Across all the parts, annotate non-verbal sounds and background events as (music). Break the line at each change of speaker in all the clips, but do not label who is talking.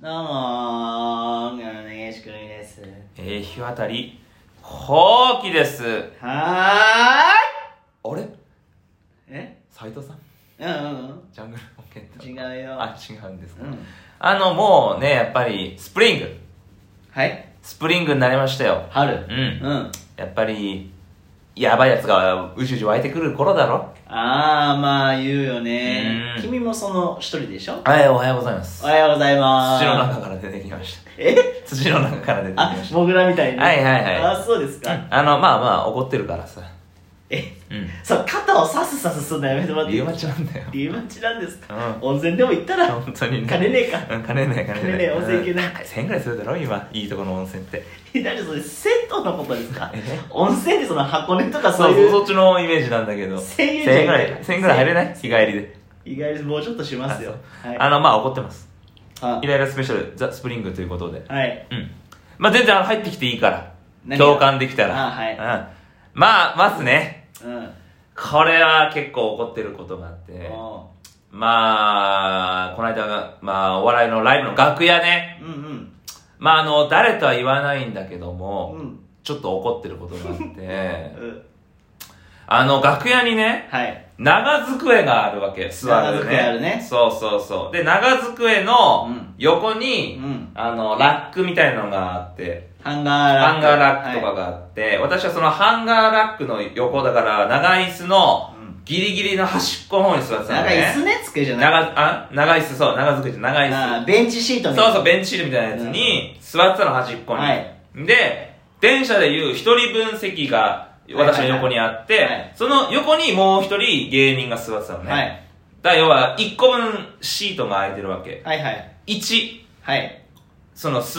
どうもー、なげしくみです。
えー、日渡り、ほうきです。
は
あれ
ーいえ
斉藤さん
うんうん
ジャングルポケット。
うん。違うよ。
あ、違うんですか。
うん。
あの、もうね、やっぱり、スプリング。
はい
スプリングになりましたよ。
春。
うん
うん。
やっぱり、やばいやつがうじうじ湧いてくる頃だろ。
あー、まあ言うよね
う。ん
君もその一人でしょ
はい、おはようございます
お。はようございまーす。
土の中から出てきま
(laughs)
した。
え
土の中から出てき
あ
ま、し
モグラみたいに。
はいはいはい
あ、そうですか。
た。あの、まあまあ、怒ってるからさ。
え、
うん。
そう、肩をさすさすすんのやめてもらってい
リ
い
ウマチなんだよ。
リウマチなんですか
うん。
温泉でも行ったら、
本当にね。
金ねえか。
うん、金ねえ、金ねえ。
金ねえ温泉行けない
うん高い1000円ぐらいするだろ、今。いいとこの温泉って。
え何それ、銭湯のことですか
え
温泉ってその箱根とかそ
そうう
い
そうう、そっちのイメージなんだけど。
1000
1000
円
円
じゃん
ぐらい、1000円ぐらい入れない日帰りで。
意外にもうちょっとしますよ。
あ
はい。
あの、まあ、怒ってます。
あ
イライラスペシャル、ザ・スプリングということで。
はい。
うん。まあ、全然あの入ってきていいから。
何が
共感できたら。
あはい
うん。まあ、まずね、
うん。
これは結構怒ってることがあって。
お
まあ、この間が、まあ、お笑いのライブの楽屋ね。
ううんうん。
まあ、あの、誰とは言わないんだけども、
うん。
ちょっと怒ってることがあって、
うん
あの、楽屋にね、
はい。
長机があるわけ、座
長
るね。
机あるね
そうそうそう。で、長机
う
の
ん
横
う
に、
ん。
あの、ラックみたいなのがあって、
ハンガーラック。
ハンガーラックとか
はい
があって、私はそのハンガーラックの横だから、長い椅子の
うん
ギリギリの端っこの方に座ってた
な
の
んか椅子
ね。
ね、机じゃない。
長、あ長い椅子、そう、長机じゃ長い
あー
椅子。
ベンチシートみたい
そう
な。
そう、ベンチシールみたいなやつに、座ってたの端っこに。
はい
で、電車でいう一人分席が、私の横にあって、
はいはいはい
その横にもう一人芸人が座ってたのね。
はい。
だから要は1個分シートが空いてるわけ
はいはい。
1
はい。
そのす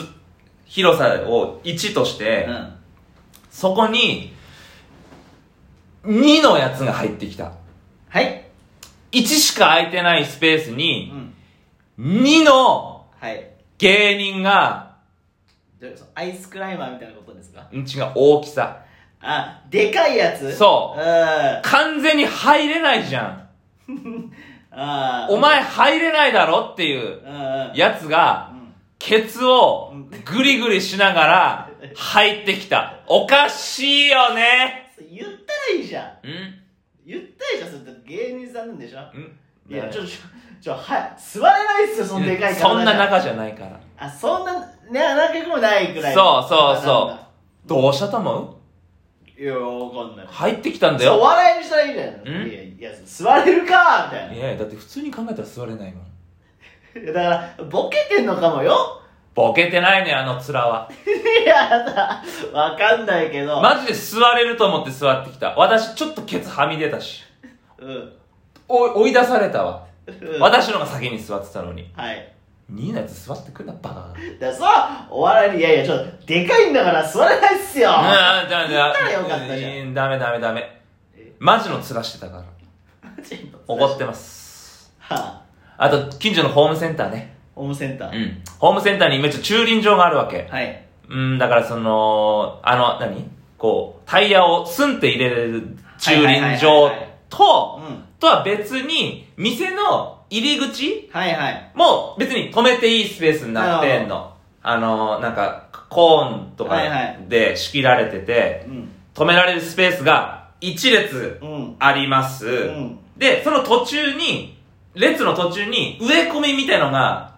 広さを1として、
うん。
そこに2のやつが入ってきた
はい。
1しか空いてないスペース
う
に
ん。
2の
はい。
芸人が
どういうことアイスクライマーみたいなことですか
うん違う大きさ
あ、でかいやつ
そう
う。うん。あ
完全に入れないじゃん
あー。
お前入れないだろっていう
うんうん。
やつがケツをグリグリしながら入ってきたおかしいよね
うん。言ったらいいじゃん。
うん
言ったらいいじゃん。それって芸人さんなんでしょ
ん
いや、ちょ
っ
っと、ちょ、ちょ、は、座れないっすよ、そのでかい体じゃ
そんな中じゃないから
あ、そんな、ね、長くもないくらい。
そうそうそどうしたと思。
う。いや、わかんないう
入ってきたんだ
そう、お
よ
笑いにしたらいいんじゃないの
ん
いや、いや、座れるかみた
い
い
やいやだって普通に考えたら座れないもん
な。だから、ボケてんのかもよ。 (laughs)
ボケてないねあの面はい
や、だ、わかんないけど。
マジで座れると思って座ってきた私ちょっとケツはみ出たし
うん。うん
お追い出されたわ私のが先に座ってたのに
はい。
2のやつ座ってくんなバカがうん
だからさ、お笑いに、いやいや、ちょっと、でかいんだから座れないっすよ。
ダメダメ
言ったらよかったじゃん
うんダメダメダメ
え
マジの面してたから
マジで (laughs)
怒ってます
はあ、
あと近所のホームセンターね
ホームセンタ
う
ー。
んホームセンターにめっちゃ駐輪場があるわけ
はい。
うん、だからその、あの、何こう、タイヤをスンって入れれる駐
は
輪
い
場
はいはいはいうん。
と、
は
とは別に、店の入り口
いはい。
も別に止めていいスペースになってんの。あの、なんか、コーンとか
はいはい
で仕切られてて、
うん。
止められるスペースが1列
うん。
あります。
うん。
で、その途中に、列の途中に植え込みみたいのが、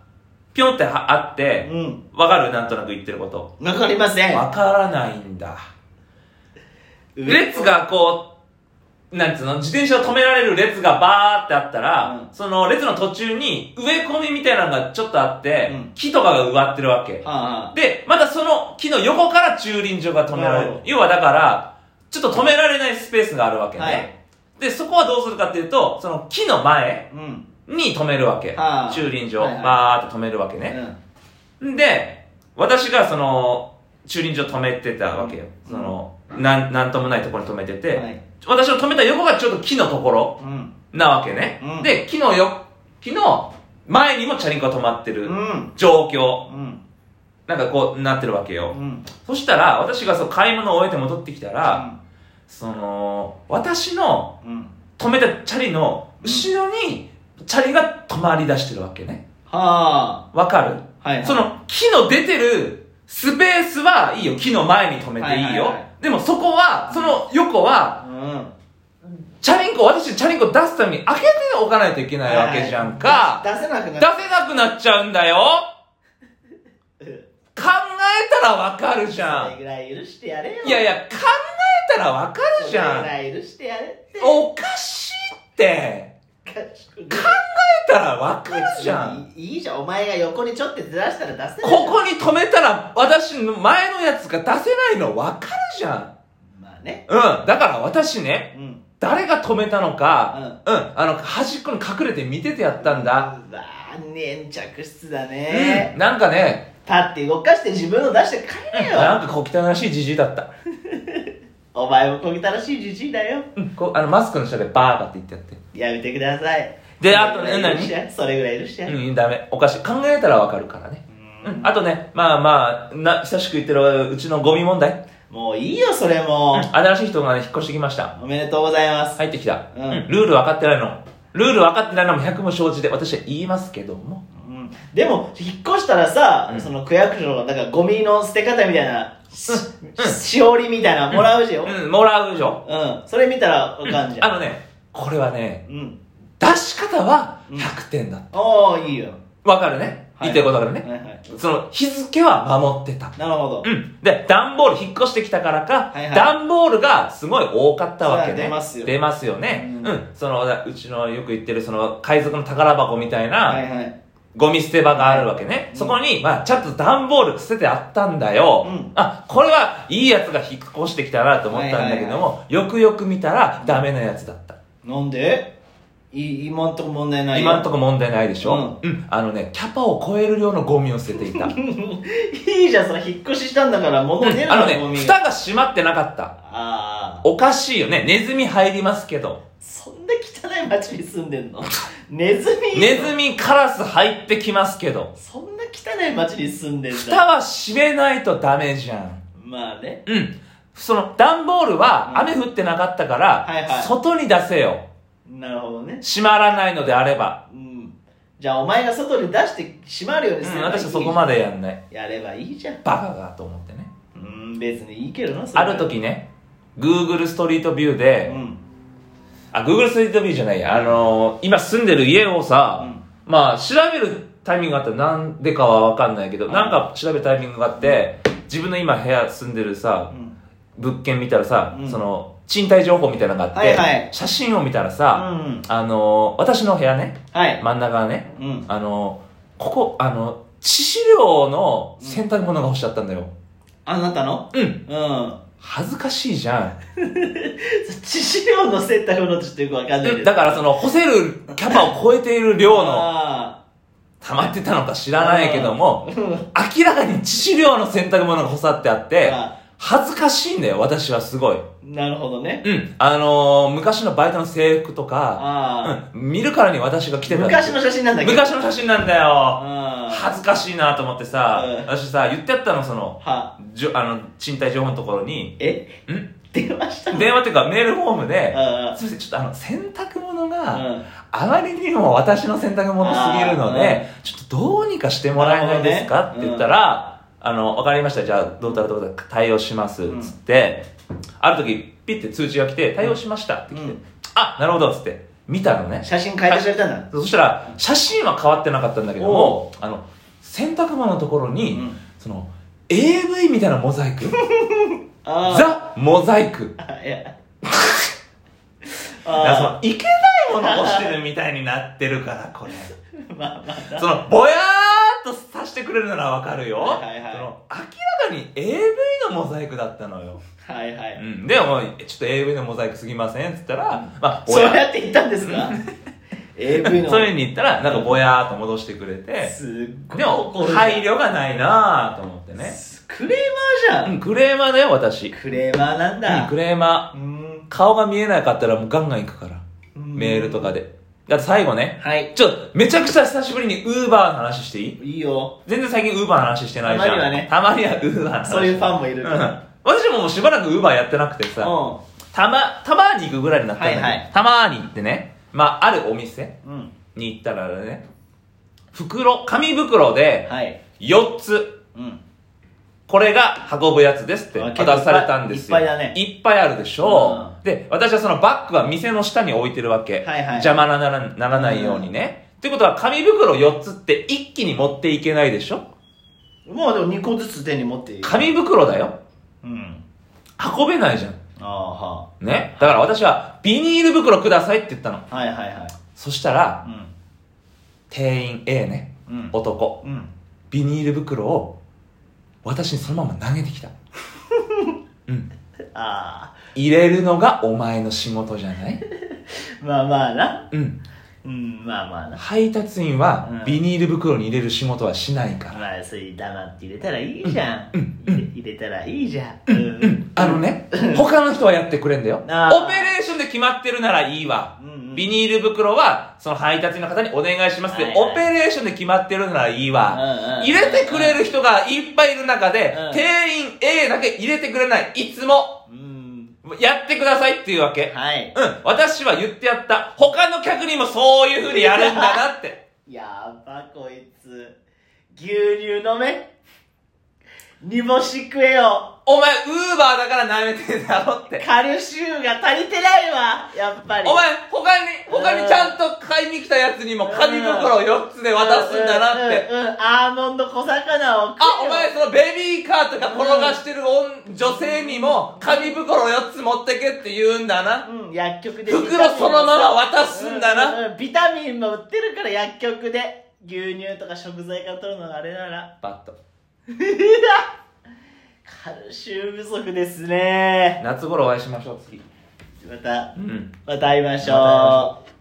ぴょんってはあって、
う
わかるなんとなく言ってること。
ん。わかりません。
わからないんだ列がこうなんつうの自転車を止められる列がバーってあったら、
うん
その列の途中に植え込みみたいなのがちょっとあって、
うん
木とかが植わってるわけ
あ
でまたその木の横から駐輪場が止められ
なる
る
ほど
要はだからちょっと止められないスペースがあるわけね、
はい
でそこはどうするかっていうとその木の前
あ。うん。
に止めるわけ、
ああ
駐輪場、
はいはい
バーって止めるわけね、で、私がその、駐輪場止めてたわけよ。
うん
その、なん、なんともないところに止めてて、
はい
私の止めた横がちょっと木のところ
うん。
なわけね。
うん
で、木のよ、木の前にもチャリンコが止まってる
うん。
状況、
うん。
なんかこうなってるわけ
う
よ。
ん。
そしたら、私がそう買い物を終えて戻ってきたら、その、私の
うん。
止めたチャリの後ろに、チャリが止まり出してるわけね。
は
わかる
はいはい
その木の出てるスペースはいいよ。木の前に止めていいよ。
はいはいはい
でもそこは、その横は、
あ。うん。
チャリンコ、私チャリンコ出すために開けておかないといけないわけじゃんか。
出せなく
出
な
せなくなっちゃうんだ
(laughs)
よ
る。
考えたらわかるじゃ
それ
ん。
ぐらい許してやれよ。
いやいや、考えたらわかるじゃ
そ
ん。
れぐらい許してやれって。
おかしいって。考えたらわかるじゃん。
いいいいじゃん。お前が横にちょってずらしたら出せないじゃん。
ここに止めたら私の前のやつが出せないのわかるじゃん。
まあね。
うん。だから私ね、
うん。
誰が止めたのか、うん、あの、端っこに隠れて見ててやったんだ。
うわぁ、粘着質だ
う
ね
ん。。なんかね、
立って動かして自分を出して帰れ
な
よ。
んか小汚らしいじじいだった。
お前もこぎたらしいじじいだよ。
うん、こう、あの、マスクの下でバーガーって言ってやって。
やめてください。
であとね
それぐらい許してやれそれぐらい許してやれ。
うん、ダメ。おかしい。考えたらわかるからね。うん。あとね、まあまあ、な、久しく言ってるうちのゴミ問題。
もういいよ、それも。
新しい人がね、引っ越してきました。
おめでとうございます。
入ってきた、
うん
うんルール分かってないのルール分かってないのも100も承知で私は言いますけども
うんでも、引っ越したらさ、その区役所の、なんかゴミの捨て方みたいな、し
うん
しおりみたいなのもらうじゃん。うん。
うんもらうでしょ
それ見たらわかんじゃ
あ
ん。
のねこれはね
うん。
出し方は100点だ
おー、いいよ。
分かるね、
はい
言ってること分かる
はい
ね、
はい。
その日付は守ってた
なるほど。
うんで段ボール引っ越してきたからか、
はいはい
段ボールがすごい多かったわけ
そりゃ
ね
出ますよ
出ますよねう、
うんん
そのうちのよく言ってるその海賊の宝箱みたいな、
はいはい。
ゴミ捨て場があるわけね。
うん
そこに、まあ、ちゃんと段ボール捨ててあったんだよ。
うん
あ、これはいいやつが引っ越してきたなと思ったんだけども、よくよく見たらダメなやつだった。
なんでい今んとこ問題ないよ
今んとこ問題ないでしょ、うん、あのね、キャパを超える量のゴミを捨てていた。うん
いいじゃん、それ引っ越ししたんだから物出る
あの
ゴ
ね、
ミが
蓋が閉まってなかった。
ああ。
おかしいよね。ネズミ入りますけど。
そんな汚い町に住んでん
(laughs)
のネズミ
ネズミ、カラス入ってきますけど。
そんな汚い町に住んでんだ。
蓋は閉めないとダメじゃん。
まあね。
うん。その、段ボールは雨降ってなかったから、
うんはいはい
外に出せよ。
なるほどね。
閉まらないのであれば。
うん。じゃあお前が外に出して閉まるよう
う
にす
ん、
ればいい、
私はそこまでやんない。
やればいいじゃん。
バカがと思ってね。
うん、別にいいけどな、それ
ある。時ね、Google ストリートビューで
う、ん。
あ、Google ストリートビューじゃないや、あのー今住んでる家をさ、まあ、調べるタイミングがあったらなんでかはわかんないけど、
はい
なんか調べるタイミングがあって、自分の今部屋住んでるさ
う、ん。
物件見たらさ、
うん
その、賃貸情報みたいなのがあって、
はいはい
写真を見たらさ、
うん
あのー私の部屋ね、
はい。
真ん中はね、
うん。
あの、ここ、あの、致死量の洗濯物が欲しちゃったんだよ。
あなたの (laughs)
うん。
うん。
恥ずかしいじゃん。
致死量の洗濯物ってちょっとよくわかんないけ
で
ど。
だからその、干せるキャパを超えている量の、
あ
溜まってたのか知らないけども、明らかに致死量の洗濯物が干さってあって、
あ
恥ずかしいんだよ、私はすごい。
ーなるほどね。
うん。あのー昔のバイトの制服とか、
あ
うん、見るからに私が着
あ。
てた。
昔の写真なんだけど。
昔の写真なんだよ。
あー
恥ずかしいなと思ってさ、
うん
私さ、言ってやったの、その、
は。
じょあの、賃貸情報のところに、
え
ん
電話したの
(laughs) 電話っていうかメールフォームで、
あ
すみません、ちょっとあの、洗濯物が、
あ。
あまりにも私の洗濯物すぎるの
あーう
で、ちょっとどうにかしてもらえないです
なる
か、
ほ
っ
どね
て言ったら、あの、わかりました、じゃあ、どうたらどうたら対応します、
うん
つって、ある時、ピッて通知が来て、対応しましたって来て、
うん
あ、なるほど、つって、見たの
うん
ね。
写真変えてくれたんだ。
そしたら、写真は変わってなかったんだけども、あの、洗濯物のところに、
うん
その、AV みたいなモザイク、
(laughs) あー
ザ・モザイク。
あいや。
だからそ
(laughs) あ
のいけないものを押してるみたいになってるからこれ
あ。まあまあな。
そのぼやーっとさしてくれるならわかるよ、
はいはい
その明らかに AV のモザイクだったのよ、
はいは
う
い。
ん、でもちょっと AV のモザイクすぎませんっつったら、まあぼ
そう
や
やって言ったんですか ?AV の。
(laughs) それに言ったらなんかぼやーっと戻してくれて
すっごい。
でも配。慮がないなーと思ってね、
クレーマーじゃ。
うんん、クレーマーだよ私、
クレーマーなん
うん
だ。
クレーマ
う
ー
ん。
顔が見えなかったらもうガンガン行くからメールとかでだって最後ね
はい。
ちょっとめちゃくちゃ久しぶりにウーバーの話していい
いいよ。
全然最近ウーバーの話してないじゃん。
たまにはね
たまにはウーバーの話。
そういうファンもいる
うん私ももうしばらくウーバーやってなくて
う
さ、たま、たまに行くぐらいになったんだけど、
はいはい
たまに行ってね、まあ、あるお店
ん。うん。
に行ったらね、袋、紙袋で、
はい。
4つ、
うん。
これが運ぶやつですって
あ
渡
結構
されたんですよ。
いっぱいいっぱいだね
いっぱいあるでしょう。で、私はそのバッグは店の下に置いてるわけ。
はいはい
邪魔なならならないようにね。ってことは、紙袋4つって一気に持っていけないでしょ
もうでも2個ずつ手に持っていい。
紙袋だよ。
うん。
運べないじゃん。
ああ、は
ね。だから私は、ビニール袋くださいって言ったの。
あ。はいはいはい。
そしたら、
う
店員 A ね、
ん。うん。
男、
うん。
ビニール袋を、私にそのまま投げてきた。うん。
あ
入れるのがお前の仕事じゃない
(laughs) あ。まあまあな。
うん。
うん、まあまあな。
配達員は
うん
ビニール袋に入れる仕事はしないから。
まあ、それ黙って入れたらいいじゃん。
うん
入れ入れたらいいじゃん。うん。うん。
あのね、他の人はやってくれんだよ。オペ
あー
レーションで決まってるならいいわ。
うん
ビニール袋は、その配達員の方にお願いしますって、
はいはい
オペレーションで決まってるならいいわ。
うんうん
入れてくれる人がいっぱいいる中で、
うん
店員 A だけ入れてくれない。いつも、
うん。
やってくださいっていうわけ。
はい。
うん、私は言ってやった。他の客にもそういう風にやるんだ
(laughs)
なって。
やばこいつ。牛乳飲め。煮干し食えよ。
お前、ウーバーだから舐めてんだろって。
カルシウムが足りてないわ。やっぱり。
お前、他に、他にちゃんと買いに来たやつにも紙袋4つで渡すんだなって。
うんうんうん、アーモンド小魚を食
あ、お
えよ
前、そのベビーカーとか転がしてる女女性にも紙袋4つ持ってけって言うんだな。
うん、薬局で
袋そのまま渡すんだな。
な、うんうんビタミンも売ってるから薬局で牛乳とか食材から取るのがあれなら (laughs)
バッと。
カルシウム不足ですね
夏頃お会いしましょう、次。
また
うん。
また会いましょう、
また会いましょ